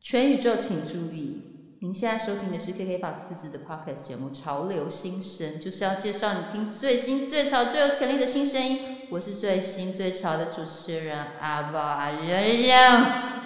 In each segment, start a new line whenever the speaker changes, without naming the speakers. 全宇宙请注意，您现在收听的是 KK Box 自制的 Podcast 节目《潮流新声》，就是要介绍你听最新、最潮、最有潜力的新声音。我是最新最潮的主持人阿宝阿仁仁。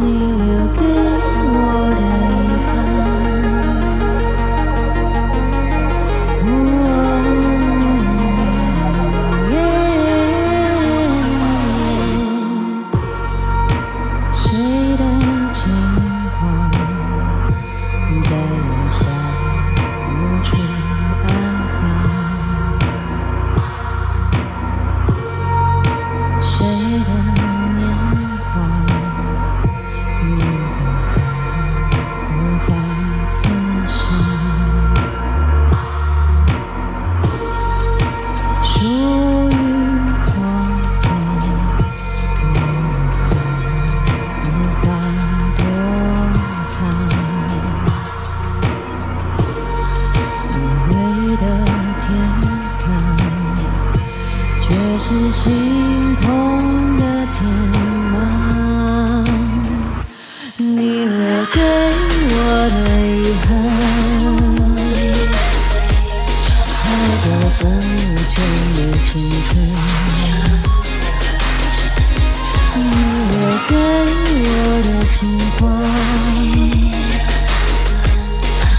你留给我的遗憾。谁的轻狂在留下无处安放？谁的年华？如果还无法自胜，属于我的魔幻无法躲藏，你为的天堂。却是星空的天马，你留给我的遗憾，太多分不清的青春，你留给我的情话。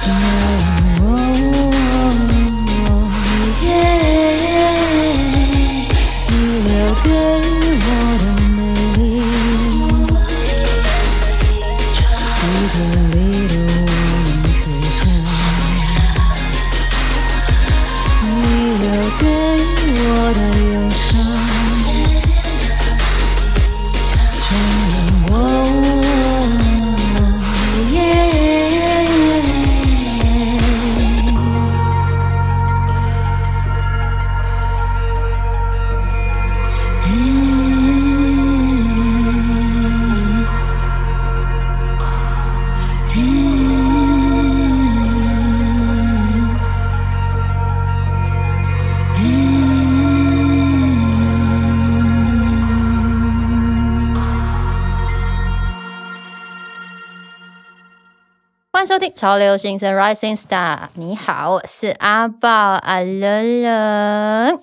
哦哦耶！你留给我的美丽，一颗粒都无人追上。你留给我的忧伤，承认我耶。
欢迎收听《潮流新生 Rising Star》。你好，我是阿豹阿伦伦。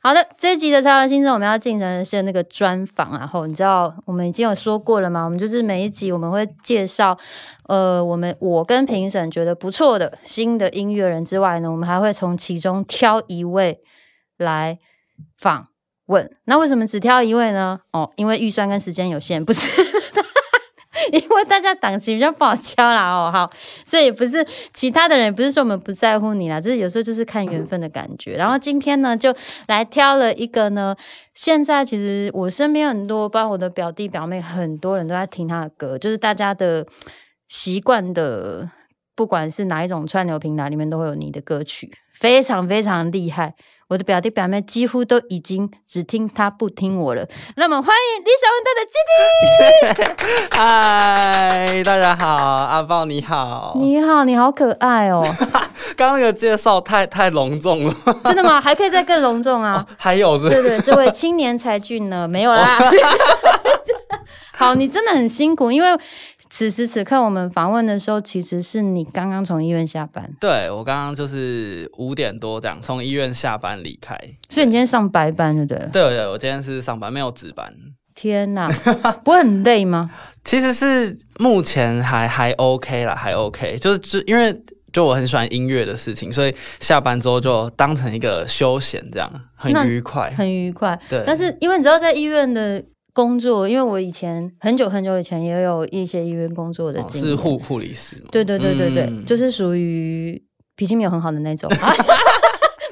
好的，这一集的《潮流新生》我们要进行的是那个专访，然后你知道我们已经有说过了嘛？我们就是每一集我们会介绍呃，我们我跟评审觉得不错的新的音乐人之外呢，我们还会从其中挑一位来访问。那为什么只挑一位呢？哦，因为预算跟时间有限，不是。 因为大家档期比较不好敲啦哦，好，所以不是其他的人，也不是说我们不在乎你啦，就是有时候就是看缘分的感觉。然后今天呢，就来挑了一个呢，现在其实我身边很多，包括我的表弟表妹，很多人都在听他的歌，就是大家的习惯的，不管是哪一种串流平台里面都会有你的歌曲，非常非常厉害。我的表弟表妹几乎都已经只听他不听我了。那么欢迎李小文带的基
嗨，大家好，阿豹你好。
地，你好，你好可爱哦，
刚刚那个介绍太太隆重了，
真的吗？还可以再更隆重啊！
还有
对
是
对， 这位青年才俊呢，没有啦。 好，你真的很辛苦，因为此时此刻我们访问的时候，其实是你刚刚从医院下班，
对我刚刚就是五点多这样从医院下班离开。
所以你今天上白班就对了。
对对，我今天是上班没有值班，
天哪，不会很累吗？
其实是目前还还 OK 啦，还 OK，就是就因为。就我很喜欢音乐的事情，所以下班之后就当成一个休闲，这样很
那
愉快。
很愉快。
对，
但是因为你知道，在医院的工作，因为我以前很久很久以前也有一些医院工作的
哦
经验，
是护护理师吗，
对对对对对，
嗯
就是属于脾气没有很好的那 种，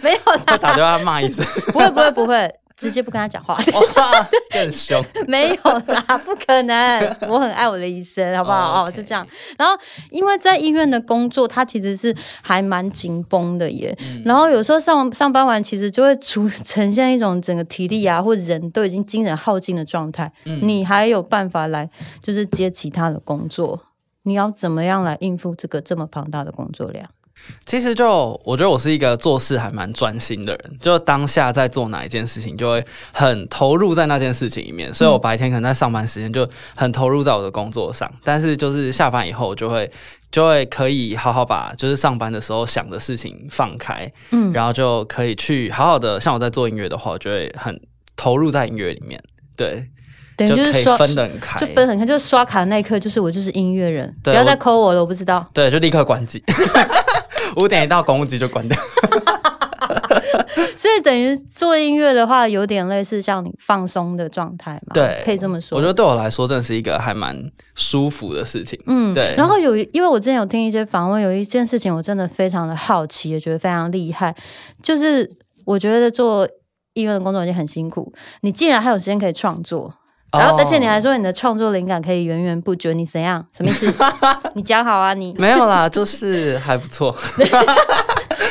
没有
会
啦，
打电话 骂一声，
不会不会不会，直接不跟他讲话，
我操，更凶。
没有啦，不可能，我很爱我的医生，好不好？
哦
哦，
，OK
就这样。然后因为在医院的工作，它其实是还蛮紧绷的耶。
嗯
然后有时候上上班完，其实就会出呈现一种整个体力啊，或者人都已经精神耗尽的状态。
嗯，
你还有办法来就是接其他的工作？你要怎么样来应付这个这么庞大的工作量？
其实就我觉得我是一个做事还蛮专心的人，就当下在做哪一件事情，就会很投入在那件事情里面。所以我白天可能在上班时间就很投入在我的工作上，但是就是下班以后就会就会可以好好把就是上班的时候想的事情放开，
嗯，
然后就可以去好好的。像我在做音乐的话，我就会很投入在音乐里面，对，
等于
就
就是
可以
刷
分得很开
就。分很开，就是刷卡那一刻，就是我就是音乐人，不
对
要再
我
抠我了，我不知道。
对，就立刻关机。 五点一到，公务局就 关掉。
所以等于做音乐的话，有点类似像你放松的状态嘛，
对
可以这么说。
我觉得对我来说，真的是一个还蛮舒服的事情。
嗯
对
然后有，因为我之前有听一些访问，有一件事情我真的非常的好奇，也觉得非常厉害，就是我觉得做医院的工作已经很辛苦，你竟然还有时间可以创作，
哦
然后而且你还
说
说你的创作灵感可以源源不绝，你怎样？什么意 思？你讲好啊，你
没有啦，就是还不错。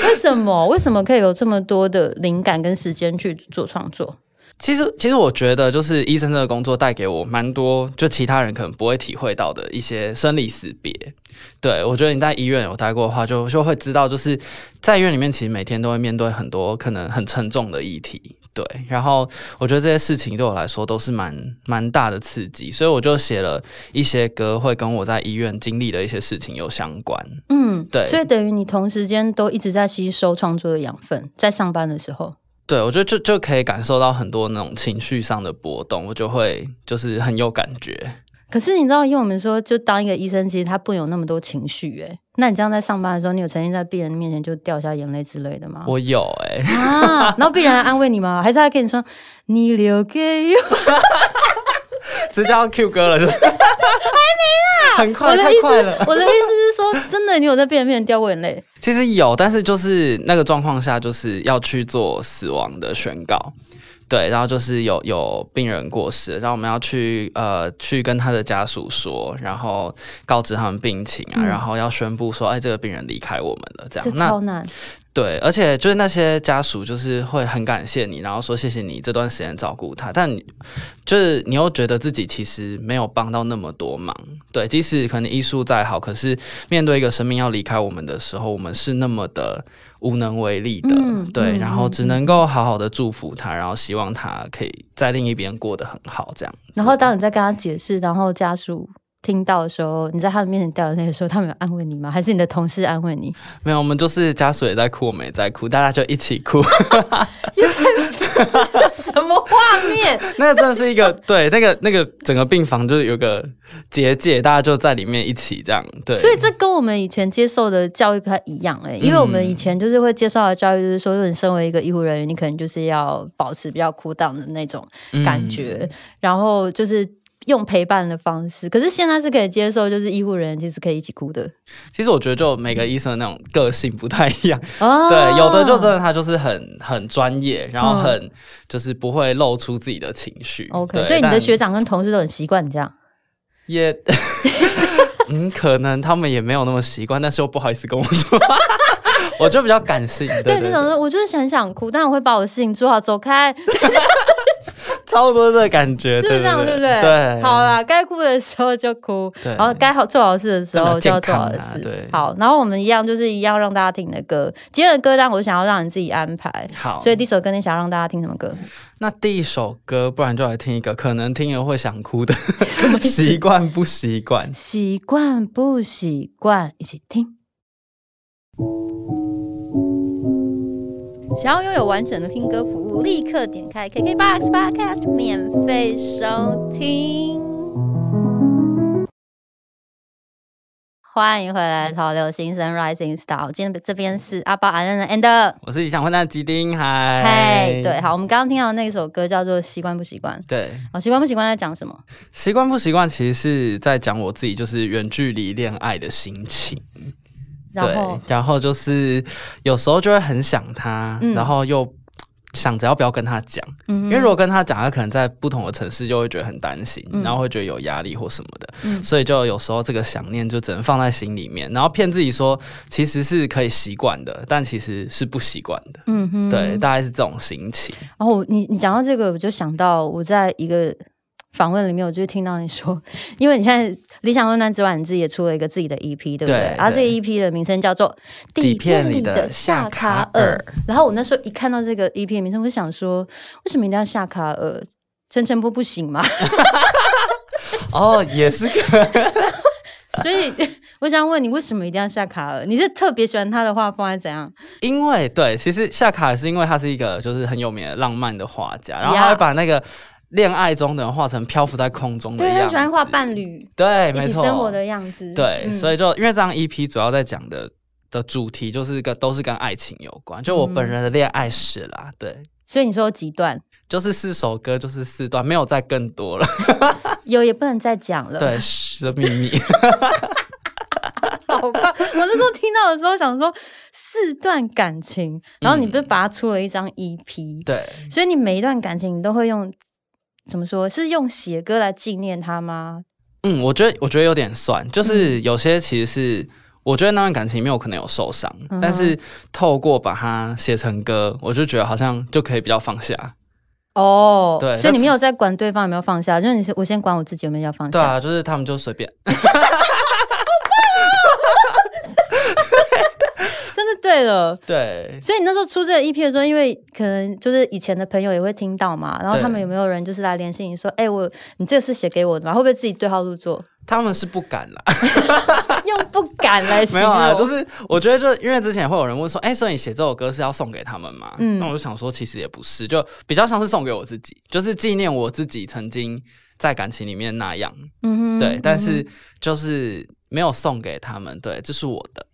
为什么为什么可以有这么多的灵感跟时间去做创作？
其实，其实我觉得，就是医生这个工作带给我蛮多，就其他人可能不会体会到的一些生离死别。对我觉得你在医院有待过的话，就就会知道，就是在医院里面，其实每天都会面对很多可能很沉重的议题。对，然后我觉得这些事情对我来说都是蛮蛮大的刺激，所以我就写了一些歌，会跟我在医院经历的一些事情有相关。
嗯，
对
所以等于你同时间都一直在吸收创作的养分，在上班的时候，
对，我觉得就就可以感受到很多那种情绪上的波动，我就会就是很有感觉。
可是你知道，因为我们说，就当一个医生，其实他不能有那么多情绪，诶。那你这样在上班的时候，你有曾经在病人面前就掉下眼泪之类的吗？
我有哎、
啊，然后病人还安慰你吗？还是他跟你说你留给我？
直接要 Q 歌了，是不是还没啦，很
我
快，
的
太
意
快了。
思， 我的意思是说，真的，你有在病人面前掉过眼泪？
其实有，但是就是那个状况下，就是要去做死亡的宣告。对，然后就是有有病人过世了，然后我们要去呃去跟他的家属说，然后告知他们病情啊，然后要宣布说，哎，这个病人离开我们了，这样
嗯这。
啊那
超难。
对，而且就是那些家属就是会很感谢你，然后说谢谢你这段时间照顾他，但你就是你又觉得自己其实没有帮到那么多忙。对，即使可能医术再好，可是面对一个生命要离开我们的时候，我们是那么的无能为力的。
嗯
对，
嗯
然后只能够好好的祝福他，然后希望他可以在另一边过得很好，这样。
然后当你在跟他解释，然后家属听到的时候，你在他们面前掉眼泪的时候，他们有安慰你吗？还是你的同事安慰你？
没有，我们就是家属也在哭，我们也在哭，大家就一起哭。
什么画面？
那个真的是一个对，那个那个整个病房就是有个结界，大家就在里面一起这样，对，
所以这跟我们以前接受的教育不太一样哎、因为我
嗯
们以前就是会接受到的教育，就是说，如果你身为一个医护人员，你可能就是要保持比较苦档的那种
嗯
感觉，然后就是用陪伴的方式。可是现在是可以接受，就是医护人员其实可以一起哭的
其实我觉得就每个医生的那种个性不太一样，
哦
对，有的就真的他就是很很专业，然后很、就是不会露出自己的情绪。
嗯哦 OK，
对
所以你的
但
学长跟同事都很习惯你这样。
也。嗯，可能他们也没有那么习惯，但是又不好意思跟我 说，我就比较感性，对
对，
对
就想
对，
说，我就是很想哭，但我会把我的事情做好，走开，是
差不多这个感觉，
不
对
是这样？对
对
不对？
对，
好，啦，该哭的时候就哭，
对
然后该好做好事的时候就要做好
这
的
么健康啊
事。
对
好，然后我们一样就是一样让大家听的歌，今天的歌单我想要让你自己安排。
好，
所以第一首歌你想要让大家听什么歌？
那第一首歌，不然就来听一个可能听了会想哭的，习惯不习惯？
习惯不习惯，一起听。想要拥有完整的听歌服务，立刻点开 KKBOX Podcast 免费收听。欢迎回来，潮流新生 Rising Star。今天这边是阿巴阿任的 And，
我是想混蛋基丁，嗨，
嘿，对，好，我们刚刚听到的那首歌叫做《习惯不习惯》。
对，
好，习惯不习惯在讲什么？
习惯不习惯，其实是在讲我自己就是远距离恋爱的心情。
然后
对，然后就是有时候就会很想他，
嗯
然后又想着要不要跟他讲，
嗯
因为如果跟他讲，他可能在不同的城市就会觉得很担心，
嗯
然后会觉得有压力或什么的，
嗯
所以就有时候这个想念就只能放在心里面，然后骗自己说其实是可以习惯的，但其实是不习惯的。
嗯哼，
对，大概是这种心情。
然后我你你讲到这个，我就想到我在一个访问里面，我就听到你说，因为你现在理想论坛之外，你自己也出了一个自己的 EP，对不对？
对
然后这个
对
EP 的名称叫做《
底片里的夏卡尔》。
然后我那时候一看到这个 EP 的名称，我就想说，为什么一定要夏卡尔？陈晨波不行吗？
哦，也是可
所以我想问你，为什么一定要夏卡尔？你是特别喜欢他的画风，还是怎样？
因为对，其实夏卡尔是因为他是一个就是很有名的浪漫的画家，然后他
Yeah
会把那个恋爱中的人画成漂浮在空中的
对，
样子。
他喜欢画伴侣
对，
一
没
起
错，
生活的嗯样子。
对，所
以
以就因为这张 EP 主要在讲的的主题就是跟都是跟爱情有关，就
嗯
我本人的恋爱史啦，对，
所以你说有几段
就是四首歌，就是四段，没有再更多 了，
有也不能再讲了。
对，十秘密，
好吧，我那时候听到的时候想说四段感情，然后你
嗯
不是把它出了一张 EP，、
对，
所以你每一段感情你都会用怎么说？是用写歌来纪念它吗？
嗯，我觉得我觉得有点算，
嗯
就是有些其实是。我觉得那段感情没有可能有受伤，
嗯哼
但是透过把它写成歌，我就觉得好像就可以比较放下。
哦
对
所以你
但是
没有在管对方有没有放下，就是你是我先管我自己有没有要放下。
对啊，就是他们就随便，
真是对了。
对，
所以你那时候出这个 EP 的时候，因为可能就是以前的朋友也会听到嘛，然后
对
他们有没有人就是来联系你说，哎、我你这是写给我的吗？会不会自己对号入座？
他们是不敢啦，
用不敢来形
没
容，
有啊，就是我觉得就因为之前也会有人问说，哎、所以你写这首歌是要送给他们吗？
嗯
那我就想说，其实也不是，就比较像是送给我自己，就是纪念我自己曾经在感情里面那样，
嗯哼
对，但
嗯哼
是就是没有送给他们，对，这是我的，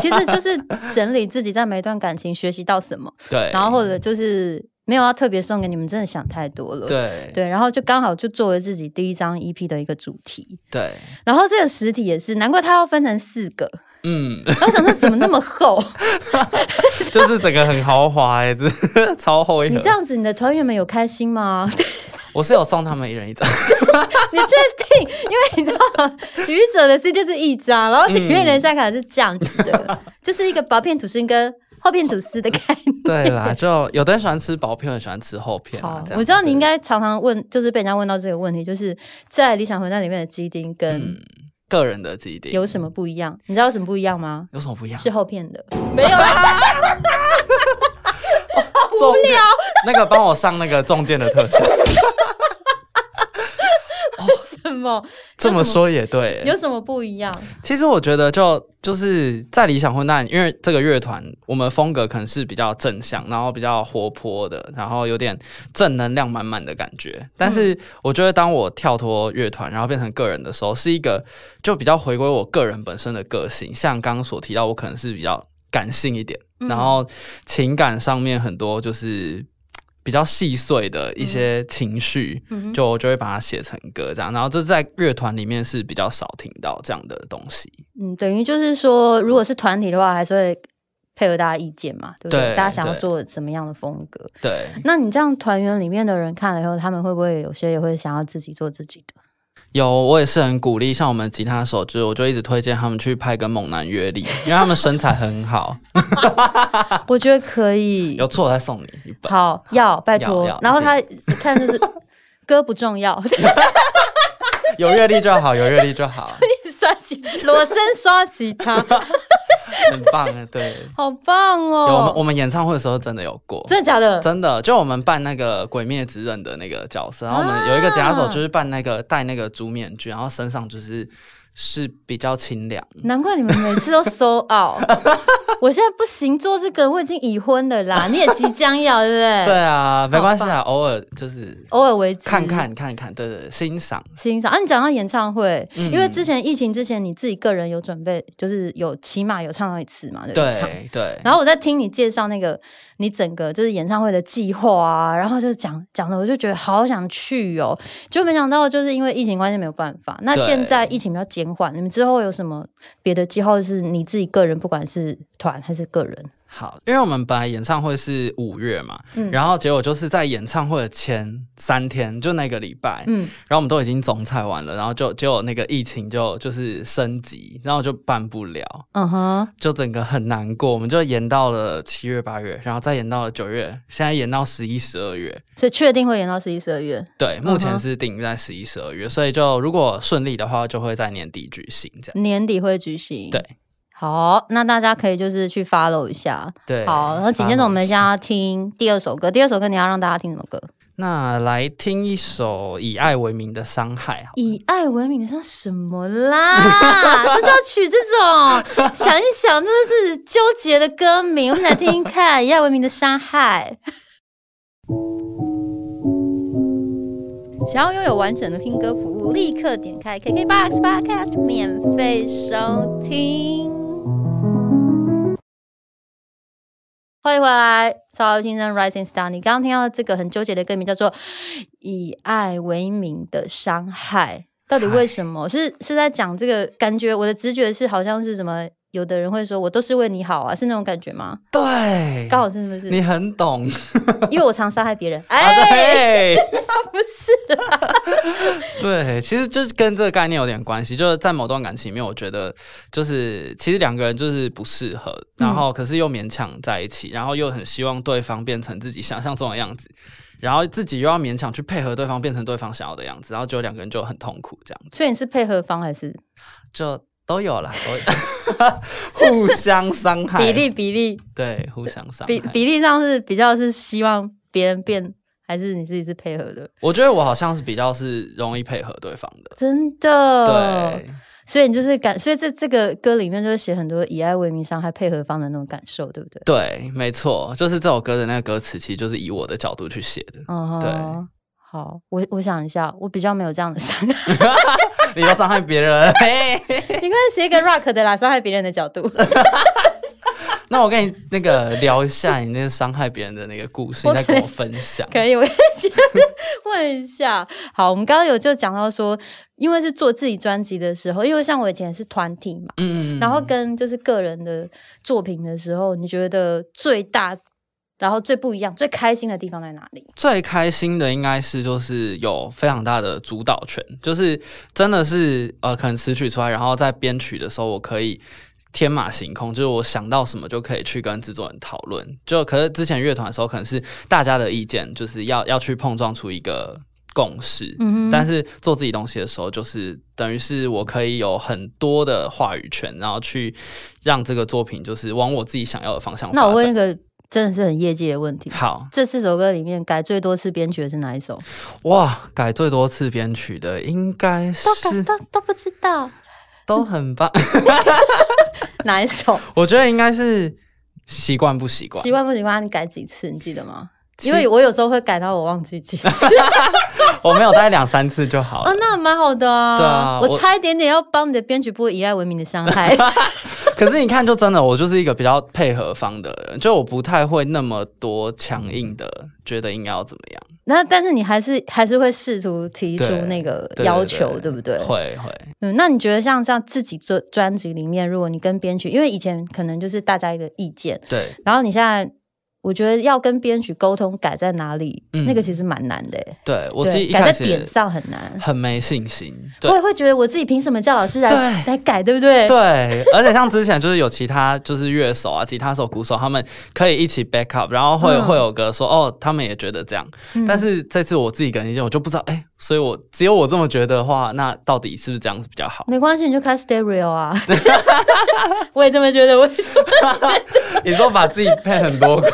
其实就是整理自己在每一段感情学习到什么，
对，
然后或者就是没有要特别送给你们，真的想太多了。
对对
对然后就刚好就作为自己第一张 EP 的一个主题，
对，
然后这个实体也是，难怪它要分成四个。
嗯，
然 后我想说怎么那么厚？
就是整个很豪华哎、欸， 超厚一
你
盒
这，样子，你的团员们有开心吗？
我是有送他们一人一张，
你确定？因为你知道吗，愚者的 C 就是一张，然后里面
嗯
的下卡是这样子的，就是一个薄片吐司跟厚片吐司的概念。
对啦， 就有的人喜欢吃薄片，有人喜欢吃厚片啊
好，
这，样
哦我知道你
对
应该常常问，就是被人家问到这个问题，就是在理想混蛋里面的鸡丁跟
嗯个人的记忆点
有什么不一样？你知道有什么不一样吗？
有什么不一样？
是厚片的，
无聊。那个帮我上那个中箭的特 效，
什么？
这么说也对
有
欸。
什么不一样？
其实我觉得就就是在理想混蛋，因为这个乐团我们风格可能是比较正向，然后比较活泼的，然后有点正能量满满的感觉。但是我觉得当我跳脱乐团，然后变成个人的时候，是一个就比较回归我个人本身的个性。像刚刚所提到，我可能是比较感性一点，
嗯
然后情感上面很多就是比较细碎的一些情绪，
嗯
就我就会把它写成歌这样。然后这在乐团里面是比较少听到这样的东西。
嗯，等于就是说，如果是团体的话，还是会配合大家意见嘛，对不对？
对
大家想要
对
做什么样的风格？
对，
那你这样团员里面的人看了以后，他们会不会有些也会想要自己做自己 的？
有我也是很鼓励，像我们吉他手，就是我就一直推荐他们去拍跟猛男约力，因为他们身材很好。
我觉得可以，
有错我再送你一本。
好要拜
要
托
要。
然后他看就是 歌不重要，
有阅历就好，有阅历就好，
刷吉裸身刷吉他，
很棒啊！对，
好棒
有我们
哦！
我们演唱会的时候真的有过，
真的假 的？
真的就我们扮那个《鬼灭之刃》
啊
的那个角色，然后我们有一个吉他手就是扮那个戴那个猪面具，然后身上就是是比较清凉。
难怪你们每次都 so out。我 现在不行做这个，我已经已婚了 啦，你也即将要，对不对？
对，啊，没关系啊，偶尔就是
偶尔为之，
看看看看，对对对，欣赏。
欣赏。啊，你讲到演唱会，
嗯
因为之前疫情之前，你自己个人有准备，就是有起码有唱到一次嘛，对不对？
对对，
然后我在听你介绍那个你整个就是演唱会的计划啊， 然后就讲讲的，我就觉得好想去哦，就没想到就是因为疫情关系没有办法。那
对
现在疫情比较减缓，你们之后有什么别的计划？是你自己个人，不管是团还是个人，
好，因为我们本来演唱会是五月嘛，
嗯
然后结果就是在演唱会的前三天，就那个礼拜，
嗯，
然后我们都已经总裁完了，然后就结果那个疫情就就是升级，然后就办不了，
嗯哼，
就整个很难过，我们就延到了七月八月，然后再延到了九月，现在延到十一十二月，
所以确定会演到十一、十二月。
对，目
嗯
前
哼
是定在十一十二月，所以就如果顺利的话，就会在年底举行这样。
年底会举行。
对，
好，那大家可以就是去 follow 一下。
对，
好，然后紧接着我们现在要听第二首歌，第二首歌你要让大家听什么歌？
那来听一首《以爱为名的伤害》好了。
以爱为名的像什么啦？ 就是要取这种想一想，就是自己纠结的歌名，我们来听听看，《以爱为名的伤害》。 想要拥有完整的听歌服务，立刻点开 KKBOX Podcast 免费收听。欢迎回来，超新生 Rising Star。你刚刚听到这个很纠结的歌名叫做《以爱为名的伤害》，到底为什么？是是在讲这个感觉？我的直觉是好像是什么？有的人会说我都是为你好啊，是那种感觉吗？
对，
刚好是不是？
哎你很懂。
因为我常伤害 别人，
啊
哎，
对
不是，
对，其实就是跟这个概念有点关系。就是在某段感情里面，我觉得就是其实两个人就是不适合，然后可是又勉强在一起，然后又很希望对方变成自己想象中的样子，然后自己又要勉强去配合对方变成对方想要的样子，然后就两个人就很痛苦，这样
所以你是配合方还是
就都有啦，都有 互相伤害
比例比例
对，互相伤
比
害。
比例上是比较是希望别人变，还是你自己是配合的？
我觉得我好像是比较是容易配合对方的，
真的，
对。
所以你就是感，所以这这个歌里面就是写很多以爱为名伤害配合方的那种感受，对不对？
对，没错，就是这首歌的那个歌词，其实就是以我的角度去写的。
哦、
对
好，我我想一下，我比较没有这样的伤 害。
你要伤害 别人，嘿
你快写一个 rock 的啦，伤害别人的角度。
那我跟你那个聊一下你那个伤害别人的那个故事，
我
你再跟我分 享。
可以，我先 问一下。好，我们刚刚有就讲到说，因为是做自己专辑的时候，因为像我以前是团体嘛，
嗯
然后跟就是个人的作品的时候，你觉得最大，然后最不一样、最开心的地方在哪里？
最开心的应该是就是有非常大的主导权，就是真的是呃，可能词曲出来，然后在编曲的时候，我可以天马行空，就是我想到什么就可以去跟制作人讨论。就可是之前乐团的时候，可能是大家的意见，就是要要去碰撞出一个共识。
嗯哼
但是做自己东西的时候，就是等于是我可以有很多的话语权，然后去让这个作品就是往我自己想要的方向发展。
那我问一个真的是很业界的问 题。
好，
这四首歌里面改最多次编曲的是哪一首？
哇，改最多次编曲的应 该
都改
是
都都不知道
都很棒，
哪一首，
我觉得应该是习惯不习惯
习。惯不习惯？你改几次？你记得吗？
其
因为我有时候会改到我忘记几次。
我没有大概两三次就好
哦
了，。
那蛮好的啊。
对啊
我
我
差一点点要帮你的编曲部以爱为名的伤 害。
可是你看，就真的我就是一个比较配合方的人，就我不太会那么多强硬的，觉得应该要怎么样。
那但是你还是还是会试图提出
对
那个
对
要求，对
对
不对？
会会，
嗯，那你觉得像这样自己做专辑里面，如果你跟编曲，因为以前可能就是大家一个意见，
对
然后你现在我觉得要跟编曲沟通改在哪里，
嗯
那个其实蛮难的欸。
对，我
对
自己一
改
开
在
始
点
也
上很 难，
很没信心。对
我。也会觉得我自己凭什么叫老师来
对
来改，对不对？
对，而且像之前就是有其他就是乐手啊、 吉他手、鼓手，他们可以一起 back up，然后会、
嗯
会有个说哦，他们也觉得这样。
嗯
但是这次我自己个人意见，我就不知道，哎、所以我只有我这么觉得的话，那到底是不是这样子比较好？
没关系，你就开 stereo 啊， 我也这么觉得，我也 这么
你说把自己配很多 个，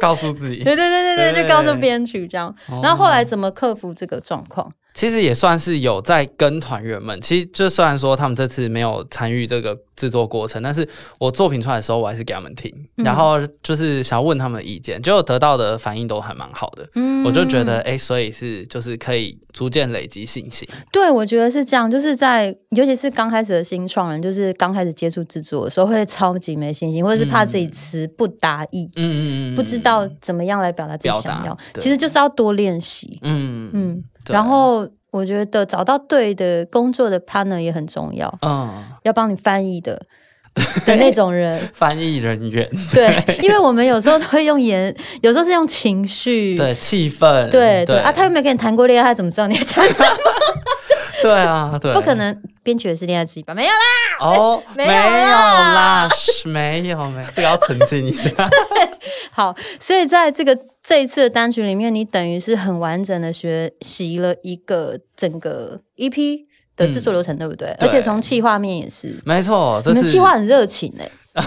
告诉自己
对对对对对，就告诉
对
编曲这样。然后后来怎么克服这个状况？
其实也算是有在跟团员们。其实就虽然说他们这次没有参与这个制作过程，但是我作品出来的时候，我还是给他们听，
嗯
然后就是想要问他们的意见，结果得到的反应都还蛮好的。
嗯
我就觉得，哎、所以是就是可以逐渐累积信心。
对，我觉得是这样，就是在尤其是刚开始的新创人，就是刚开始接触制作的时候，会超级没信心，或者是怕自己词不达意，
嗯嗯嗯，
不知道怎么样来表达自己
表
想
达
要。
对
其实就是要多练习，
嗯，嗯
嗯，
对啊
然后我觉得找到对的工作的 partner 也很重要，
嗯，
要帮你翻译 的的那种人，
翻译人员
嗯对，因为我们有时候都会用言， 有时候是用情绪。
对气氛，
对对
对
啊，他又没跟你谈过恋爱， 他怎么知道你在讲什么？
对啊，对，
不可能，编曲也是恋爱自己吧？没有啦，
哦，
没
没
有
有
啦
啦，是没有没有，这个要澄清 一下。
好，所以在这个这一次的单曲里面，你等于是很完整的学习了一个整个 EP 的制作流程，对不对？而且从企划面也是，
没错，
你
嗯这
们
是
企划很热情 哎、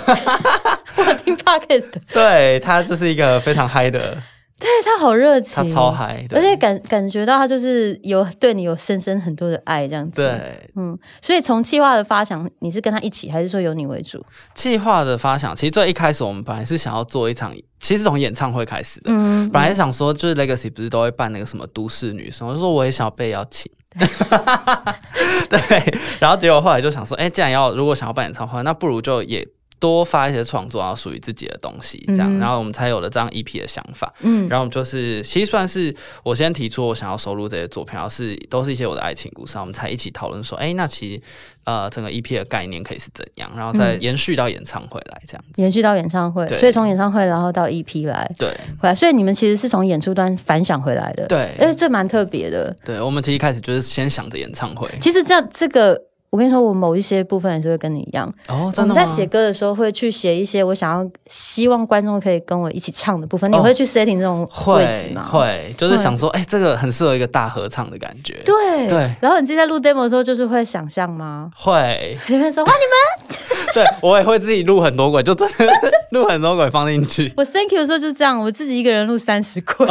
我听 podcast，的
对他就是一个非常嗨的，
对他好热情，
他超，嗨，对
而且感感觉到他就是有对你有深深很多的爱这样子。，
对
嗯，所以从企划的发想，你是跟他一起，还是说由你为主？
计划的发想，其实最一开始我们本来是想要做一场，其实从演唱会开始的。
嗯，
本来想说，就是 Legacy 不是都会办那个什么都市女生，我就说我也想要被邀请。 对，然后结果后来就想说，哎、既然要如果想要办演唱会，那不如就也多发一些创作，然后属于自己的东西，这样，
嗯
然后我们才有了这样 EP 的想法。
嗯
然后我们就是，其实算是我先提出我想要收录这些作品，然后是都是一些我的爱情故事，然后我们才一起讨论说，哎，那其实呃整个 EP 的概念可以是怎样，然后再
嗯
延续到演唱会来这样。
延续到演唱会，
对
所以从演唱会然后到 EP 来，
对
回来，所以你们其实是从演出端反响回来的。，
对、
哎，这蛮特别的。
对，我们其实一开始就是先想着演唱会。
其实这这个，我跟你说，我某一些部分也是会跟你一样。
哦，
我
真
们
的
在
吗？
写歌的时候，会去写一些我想要希望观众可以跟我一起唱的部分。你
哦
会去 setting 这种位置
会
吗？。
会，就是
会
想说，哎、这个很适合一个大合唱的感觉。
对
对
然后你自己在录 demo 的时候，就是会想象吗？
会，
你会说哇，你
对我也会自己录很多轨，就真的 录很多轨放进去，
我 thank you 的时候就是这样，我自己一个人录三十 滚，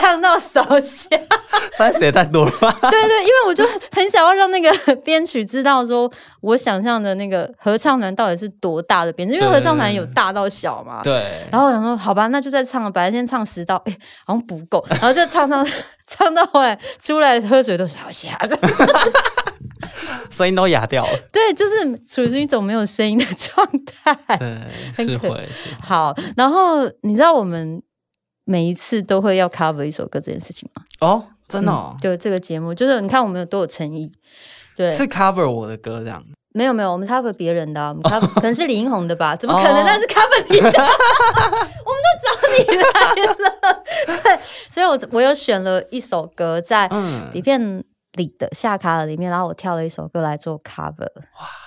唱到手下。
三十也太多了吧？
对对，因为我就很想要让那个 编曲知道，说我想象的那个合唱团到底是多大的编制，因为
对
合唱团有大到小嘛。
对，
然后我想说，好吧，那就再唱了。本来先唱十道，哎、好像不够，然后就唱 唱唱到后来出来喝水都是好啊吓着。
声音都哑掉了。
对，就是处于一种没有声音的状态。
对，
很
是
可
会是会
好，然后你知道我们每一次都会要 cover 一首歌这件事情吗？
哦，真的、哦
嗯就这个节目，就是你看我们有多有诚意。对，
是 cover 我的歌这样。
没有没有，我们 cover 别人的、啊，我们 cover 可能是李英红的吧？怎么可能？
哦
那是 cover 你的， 我们都找你来了。 对，所以我我有选了一首歌在
嗯，
底片里的下卡里面，然后我挑了一首歌来做 cover。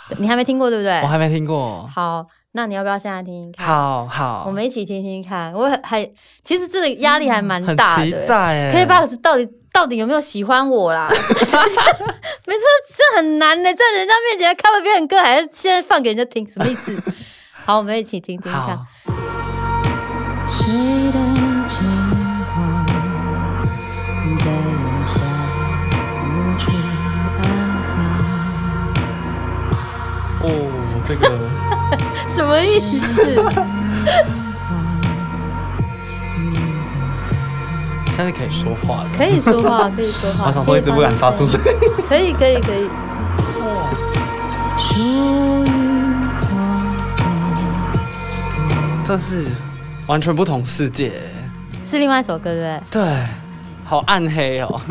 对你还没听过对不对
我？还没听过。
好，那你要不要现在听听看？
好好，
我们一起听听看。我很还其实这个压力还蛮
嗯很
大
期
的。欸
待哎。
K box 到底到底有没有喜欢我啦？ 没错，这很难欸的，在人家面前 cover 别人歌，还是现在放给人家听，什么意 思？好，我们一起听听看
好。，
谁的痴狂在雨下无处安
哦，这个
什么意 思？
现在可以说话了。
可以说话，可以说话。
我想说一直不敢发出声。音。
可以，可以，可以。
放，属于我我
这是完全不同世界耶。
是另外一首歌，对不对？
对，好暗黑哦，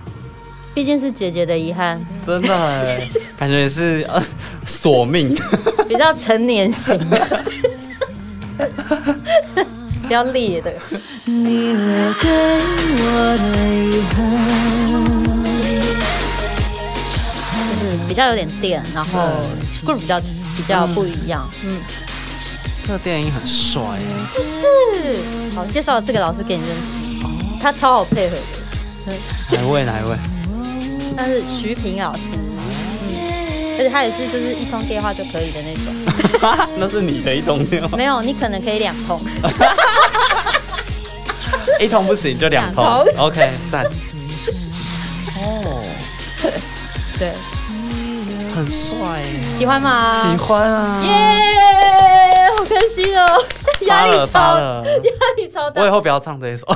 毕竟是姐姐的遗憾，
真的耶，感觉也是呃索命。
比较成年型 的，比较烈的。
你留给我的遗憾，
就是比较有点电，然后 group 比较比较不一样，嗯，
这个电影很帅耶，
是不是？好，介绍这个老师给你认识，他超好配合的，
哪一位哪 一位？
他是徐平老师，嗯，而且他也是就是一通电话就可以的那种，
那是你的一通电话，
没有你可能可以两 通，
一通不行就两通
两。
OK，散。哦，
对，
很帅耶，
喜欢吗
喜？欢啊，
耶、好开心哦，压
发
力
了
超
发
压
了，
力超大
我以。后不要唱这 一首，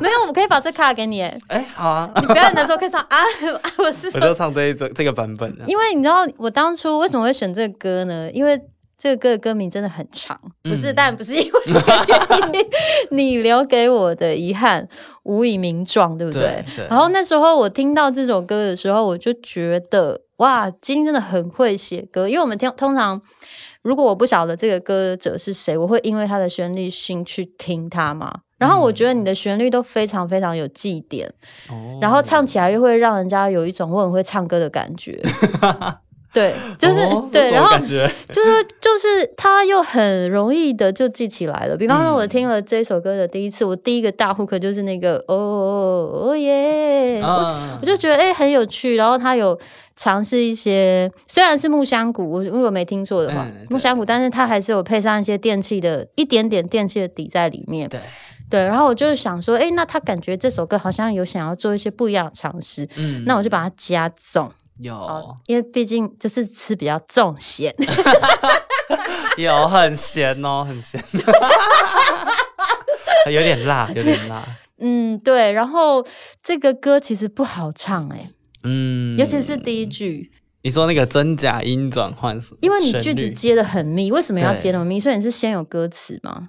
没有，我可以把这卡给你 耶。
哎，好啊，
你表演的时候可以唱啊， 啊我是
我就唱这一这这个版本的，
因为你知道我当初为什么会选这个歌呢？因为这个歌的歌名真的很长，不是，
嗯
但不是因 为这个原因。你留给我的遗憾无以名状，对不对？
对对
然后那时候我听到这首歌的时候，我就觉得哇，金真的很会写歌，因为我们听通常。如果我不晓得这个歌者是谁，我会因为他的旋律性去听他嘛。然后我觉得你的旋律都非常非常有记点，
哦
然后唱起来又会让人家有一种我很会唱歌的感 觉。对，就是、
哦
对，
这
然
种
后
感觉
就是就是他又很容易的就记起来了。比方说，
嗯
我听了这首歌的第一次，我第一个大 hook 就是那个哦哦哦耶，我
啊
我就觉得哎、诶很有趣。然后他有尝试一些，虽然是木香鼓，我如果没听错的话，
嗯对
木香鼓，但是他还是有配上一些电器的一点点电器的底在里面。
对，
对，然后我就想说，哎、那他感觉这首歌好像有想要做一些不一样的尝试，
嗯
那我就把它加重，
有
因为毕竟就是吃比较重咸。
有很咸哦，很咸， 有点辣，有点辣。
嗯，对。然后这个歌其实不好唱哎、
嗯，
尤其是第一句，
你说那个真假音转换是，
因为你
旋
句子
律
接的很密，为什么要
对
接那么密？所以你是先有歌词吗？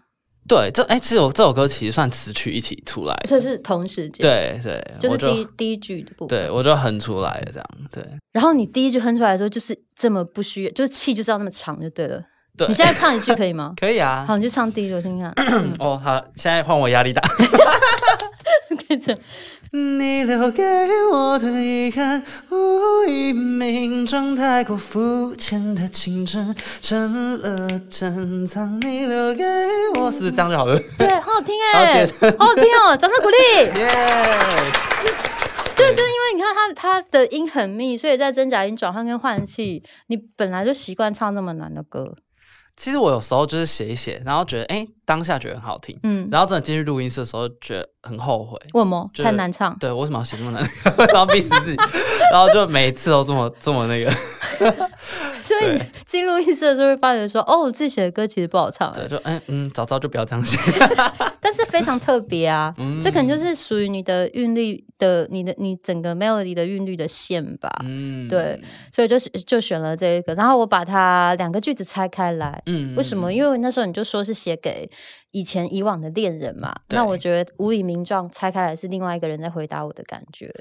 对这哎、其实我这首歌其实算词曲一起出来的，
所以是同时接，，
对对，
就
我
是
就
第一第一句的部分。
对我就哼出来了这样，对
然后你第一句哼出来的时候，就是这么不需要，就是气就是要那么长就对了。
对，？
你现在唱一句可以吗
可以啊。
好，你就唱第一句我听听 看。
嗯哦，好，现在换我压力大。
可以这样
你留给我的遗憾，无以名状，太过肤浅的青春，成了珍藏。你留给我，是不是这样就好了？
对，好好听哎、
好简
好好听 哦，掌声鼓励。
耶、
对，就是因为你看它它的音很密，所以在真假音转换跟换气，你本来就习惯唱那么难的歌，
其实我有时候就是写一写，然后觉得哎、当下觉得很好听，
嗯，
然后真的进去录音室的时候，觉得很后悔。
为什么
就是
太难唱？
对，为什么要写那么难？ 然后逼死自己，然后就每一次都这么这么那个，
所以你进入音室的时候会发觉说，哦，我自己写的歌其实不好唱、
对，
欸，
就嗯嗯，早知道就不要 这样写。
但是非常特别啊。
嗯
这可能就是属于你的韵律的，你的你整个 melody 的韵律的线吧，
嗯
对，所以就是就选了这个，然后我把它两个句子拆开来，
嗯
为什么？
为
因为那时候你就说是写给以前以往的恋人嘛，
对
那我觉得无以名状拆开来是另外一个人在回答我的感觉，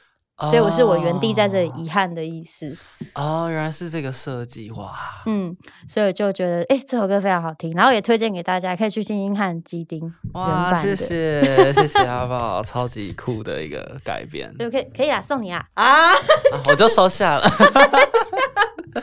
所以我是我原地在这里遗憾的意思。
哦，原来是这个设计哇！
嗯，所以我就觉得哎、诶这首歌非常好听，然后也推荐给大家，可以去听听看基丁原
哇，
版
谢
的。
谢谢谢阿宝，超级酷的一个改编，
对，可以可以啦，送你啊！啊，
啊我就收下了。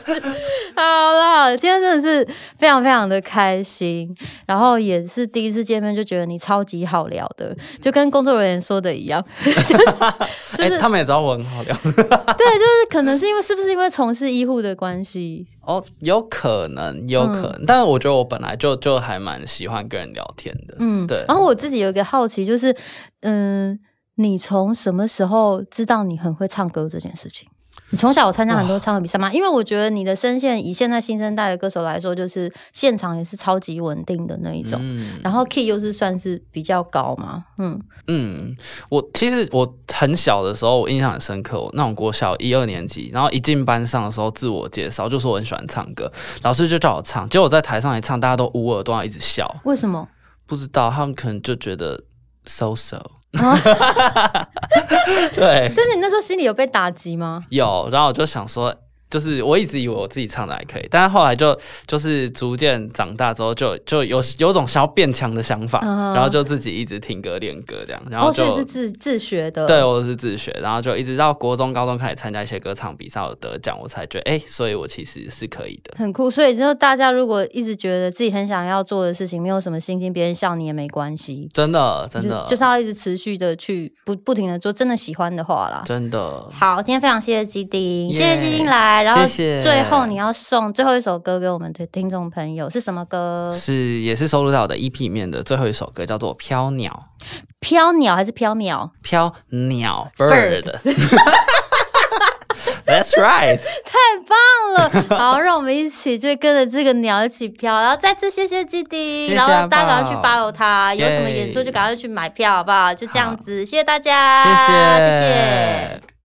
好了好了，今天真的是非常非常的开心，然后也是第一次见面就觉得你超级好聊的，就跟工作人员说的一样， 就是、
哎
就是、
他们也知道我很好聊
对，就是可能是因为是不是因为从事医护的关系？
哦，有可能，有可能，但是我觉得我本来就就还蛮喜欢跟人聊天的，
嗯，
对
然后我自己有一个好奇，就是嗯，你从什么时候知道你很会唱歌这件事情？你从小有参加很多唱歌比赛吗？因为我觉得你的声线以现在新生代的歌手来说，就是现场也是超级稳定的那一种，
嗯
然后 key 又是算是比较高嘛，嗯
嗯，我其实我很小的时候，我印象很深刻。我那种国小一二年级，然后一进班上的时候，自我介绍就说我很喜欢唱歌，老师就叫我唱，结果我在台上一唱，大家都捂耳朵，然后一直笑，
为什么？
不知道他们可能就觉得 so so。对，
但是你那时候心里有被打击吗？
有，然后我就想说，就是我一直以为我自己唱的还可以，但是后来就就是逐渐长大之后就，就有有种想要变强的想法，
嗯
然后就自己一直听歌练歌这样，然后
哦，
就、
所以是自自学的，
对，我是自学，然后就一直到国中、高中开始参加一些歌唱比赛，我得奖，我才觉得，哎、所以我其实是可以的。
很酷，所以就大家如果一直觉得自己很想要做的事情没有什么信心，别人笑你也没关系，
真的，真的，
就就是要一直持续的去不不停的做，真的喜欢的话啦。
真的，
好，今天非常谢谢基丁，谢谢
耶
基丁来，然后
谢谢
最后你要送最后一首歌给我们的听众朋友是什么歌？
是也是收录在我的 EP 里面的最后一首歌，叫做《飘鸟》，
飘鸟还是飘渺？
飘鸟
Bird
bird。 That's right，
太棒 了！好，让我们一起就跟着这个鸟一起飘，然后再次谢谢基迪，
谢谢
然后
阿
大家赶快去
豹
follow 他，有什么演出
耶
就赶快去买票，好不好？就这样
好
子，谢谢大家，
谢
啊谢谢。
谢。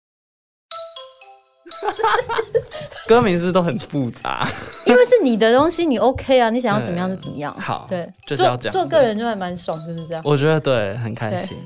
歌名是不是都很复杂？
因为是你的东西，你 OK 啊，你想要怎么样就怎么样。
好
对，
就是
做
要这样
做个人就还蛮爽，就是这样。
我觉得对，很开心。